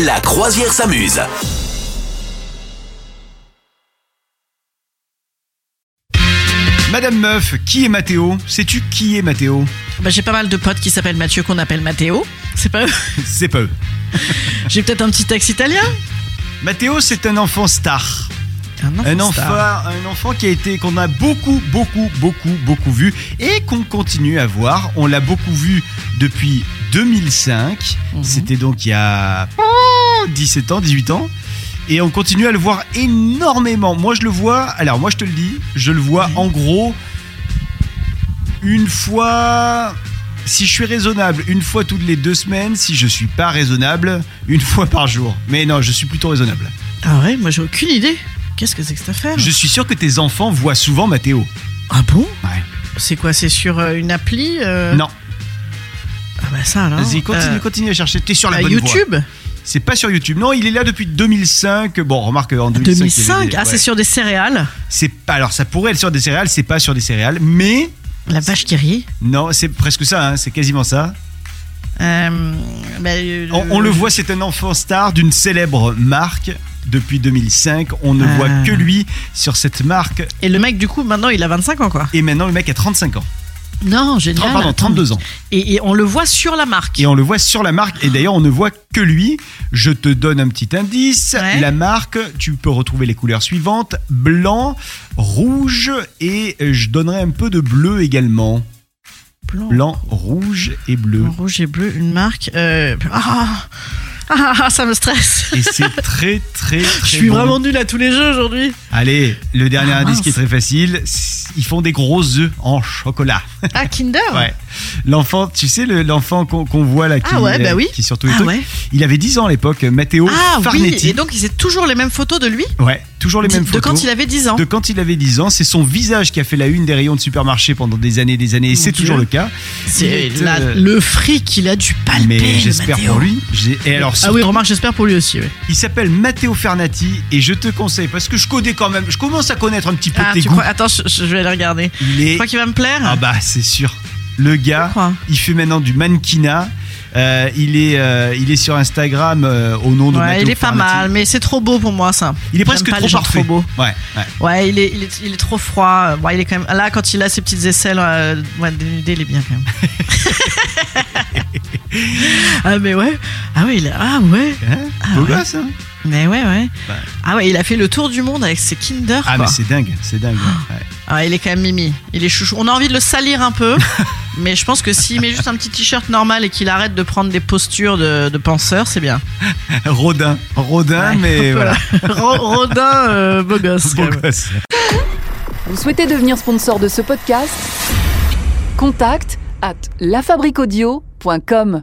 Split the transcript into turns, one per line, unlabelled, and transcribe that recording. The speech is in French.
La croisière s'amuse.
Madame Meuf, qui est Mathéo Sais-tu qui est Mathéo
Bah, j'ai pas mal de potes qui s'appellent Mathieu qu'on appelle Matteo. C'est pas eux.
C'est peu.
J'ai peut-être un petit texte italien.
Mathéo, c'est un enfant star.
Un enfant.
Un enfant,
star.
un enfant qui a été, qu'on a beaucoup, beaucoup, beaucoup, beaucoup vu et qu'on continue à voir. On l'a beaucoup vu depuis 2005.
Mhm.
C'était donc il y a oh, 17 ans, 18 ans. Et on continue à le voir énormément. Moi, je le vois, alors moi, je te le dis, je le vois en gros une fois. Si je suis raisonnable, une fois toutes les deux semaines. Si je suis pas raisonnable, une fois par jour. Mais non, je suis plutôt raisonnable.
Ah ouais, moi j'ai aucune idée. Qu'est-ce que c'est que cette affaire
Je suis sûr que tes enfants voient souvent Mathéo.
Ah bon
Ouais.
C'est quoi C'est sur euh, une appli euh,
Non,
Ah bah ça alors.
vas-y, continue,
Euh,
continue à chercher. T'es sur la
à
bonne voie.
YouTube
C'est pas sur YouTube. Non, il est là depuis 2005. Bon, remarque en 2005. il y avait
2005
des-
Ah,
ouais.
c'est sur des céréales.
C'est pas. Alors, ça pourrait être sur des céréales. C'est pas sur des céréales, mais
La vache qui rit.
non, c'est presque ça. hein, c'est quasiment ça.
Euh, bah, euh,
On, on le voit, c'est un enfant star d'une célèbre marque. Depuis 2005, on ne
Ah.
voit que lui sur cette marque.
Et le mec, du coup, maintenant il a 25 ans quoi.
Et maintenant, le mec a 35 ans.
Non, génial.
30, pardon, 32 ans.
Et, et on le voit sur la marque.
Et on le voit sur la marque. Et d'ailleurs, on ne voit que lui. Je te donne un petit indice.
Ouais.
La marque, tu peux retrouver les couleurs suivantes blanc, rouge et euh, je donnerai un peu de bleu également.
Blanc.
Blanc, rouge et bleu.
En rouge et bleu, une marque. euh, ah, ah, ah, ça me stresse.
Et c'est très, très, très.
Je suis
bon.
vraiment nul à tous les jeux aujourd'hui.
Allez, le dernier
Ah,
indice
mince.
qui est très facile. c'est- Ils font des gros œufs en chocolat.
Ah, Kinder
Ouais. L'enfant, tu sais, le- l'enfant qu'on qu'on voit là, qui,
Ah ouais, bah oui.
qui est sur tous les
Ah
trucs,
ouais.
il avait 10 ans à l'époque, Matteo
Ah oui,
Farnetti.
et donc c'est toujours les mêmes photos de lui
Ouais, toujours les mêmes
de
photos.
quand il avait 10 ans.
de quand il avait 10 ans. C'est son visage qui a fait la une des rayons de supermarché pendant des années et des années. Et
Mon
c'est
Dieu.
toujours le cas.
C'est
Il est,
la-
euh,
le fric qu'il a dû palper.
Mais
le
j'espère
Matteo.
pour lui. J'ai- Et alors,
Ah oui, remarque, j'espère pour lui aussi. ouais.
il s'appelle Matteo Fernati et je te conseille parce que je connais quand même, je commence à connaître un petit peu
Ah,
tes
tu
goûts.
crois- Attends, je, je vais aller regarder.
Il est
Tu crois qu'il va me plaire
ah bah c'est sûr. Le
Je
gars,
crois.
il fait maintenant du mannequinat. Euh, il est euh, il est sur Instagram euh, au nom de
Ouais,
Matteo
il est pas
Fernati.
mal, mais c'est trop beau pour moi ça.
Il est
J'aime
presque
pas
trop
les gens
parfait.
trop beaux.
Ouais, ouais.
Ouais, il est, il est, il est trop froid. Bon, il est quand même là quand il a ses petites aisselles, euh, ouais, dénudé, il est bien quand même. ah mais ouais, ah ouais, il a- ah ouais,
Hein
Ah
Beau
ouais.
gosse, hein
mais ouais ouais.
Bah.
Ah ouais, il a fait le tour du monde avec ses Kinder.
Ah
quoi.
mais c'est dingue, c'est dingue. ouais.
Ah, il est quand même mimi, il est chouchou. On a envie de le salir un peu, mais je pense que s'il met juste un petit t-shirt normal et qu'il arrête de prendre des postures de, de penseur, c'est bien.
Rodin, Rodin, Ah,
Ouais,
mais
un peu,
voilà,
là. Ro- Rodin, euh, beau gosse. quand
beau
même.
gosse.
Vous souhaitez devenir sponsor de ce podcast Contact à lafabriquaudio.com.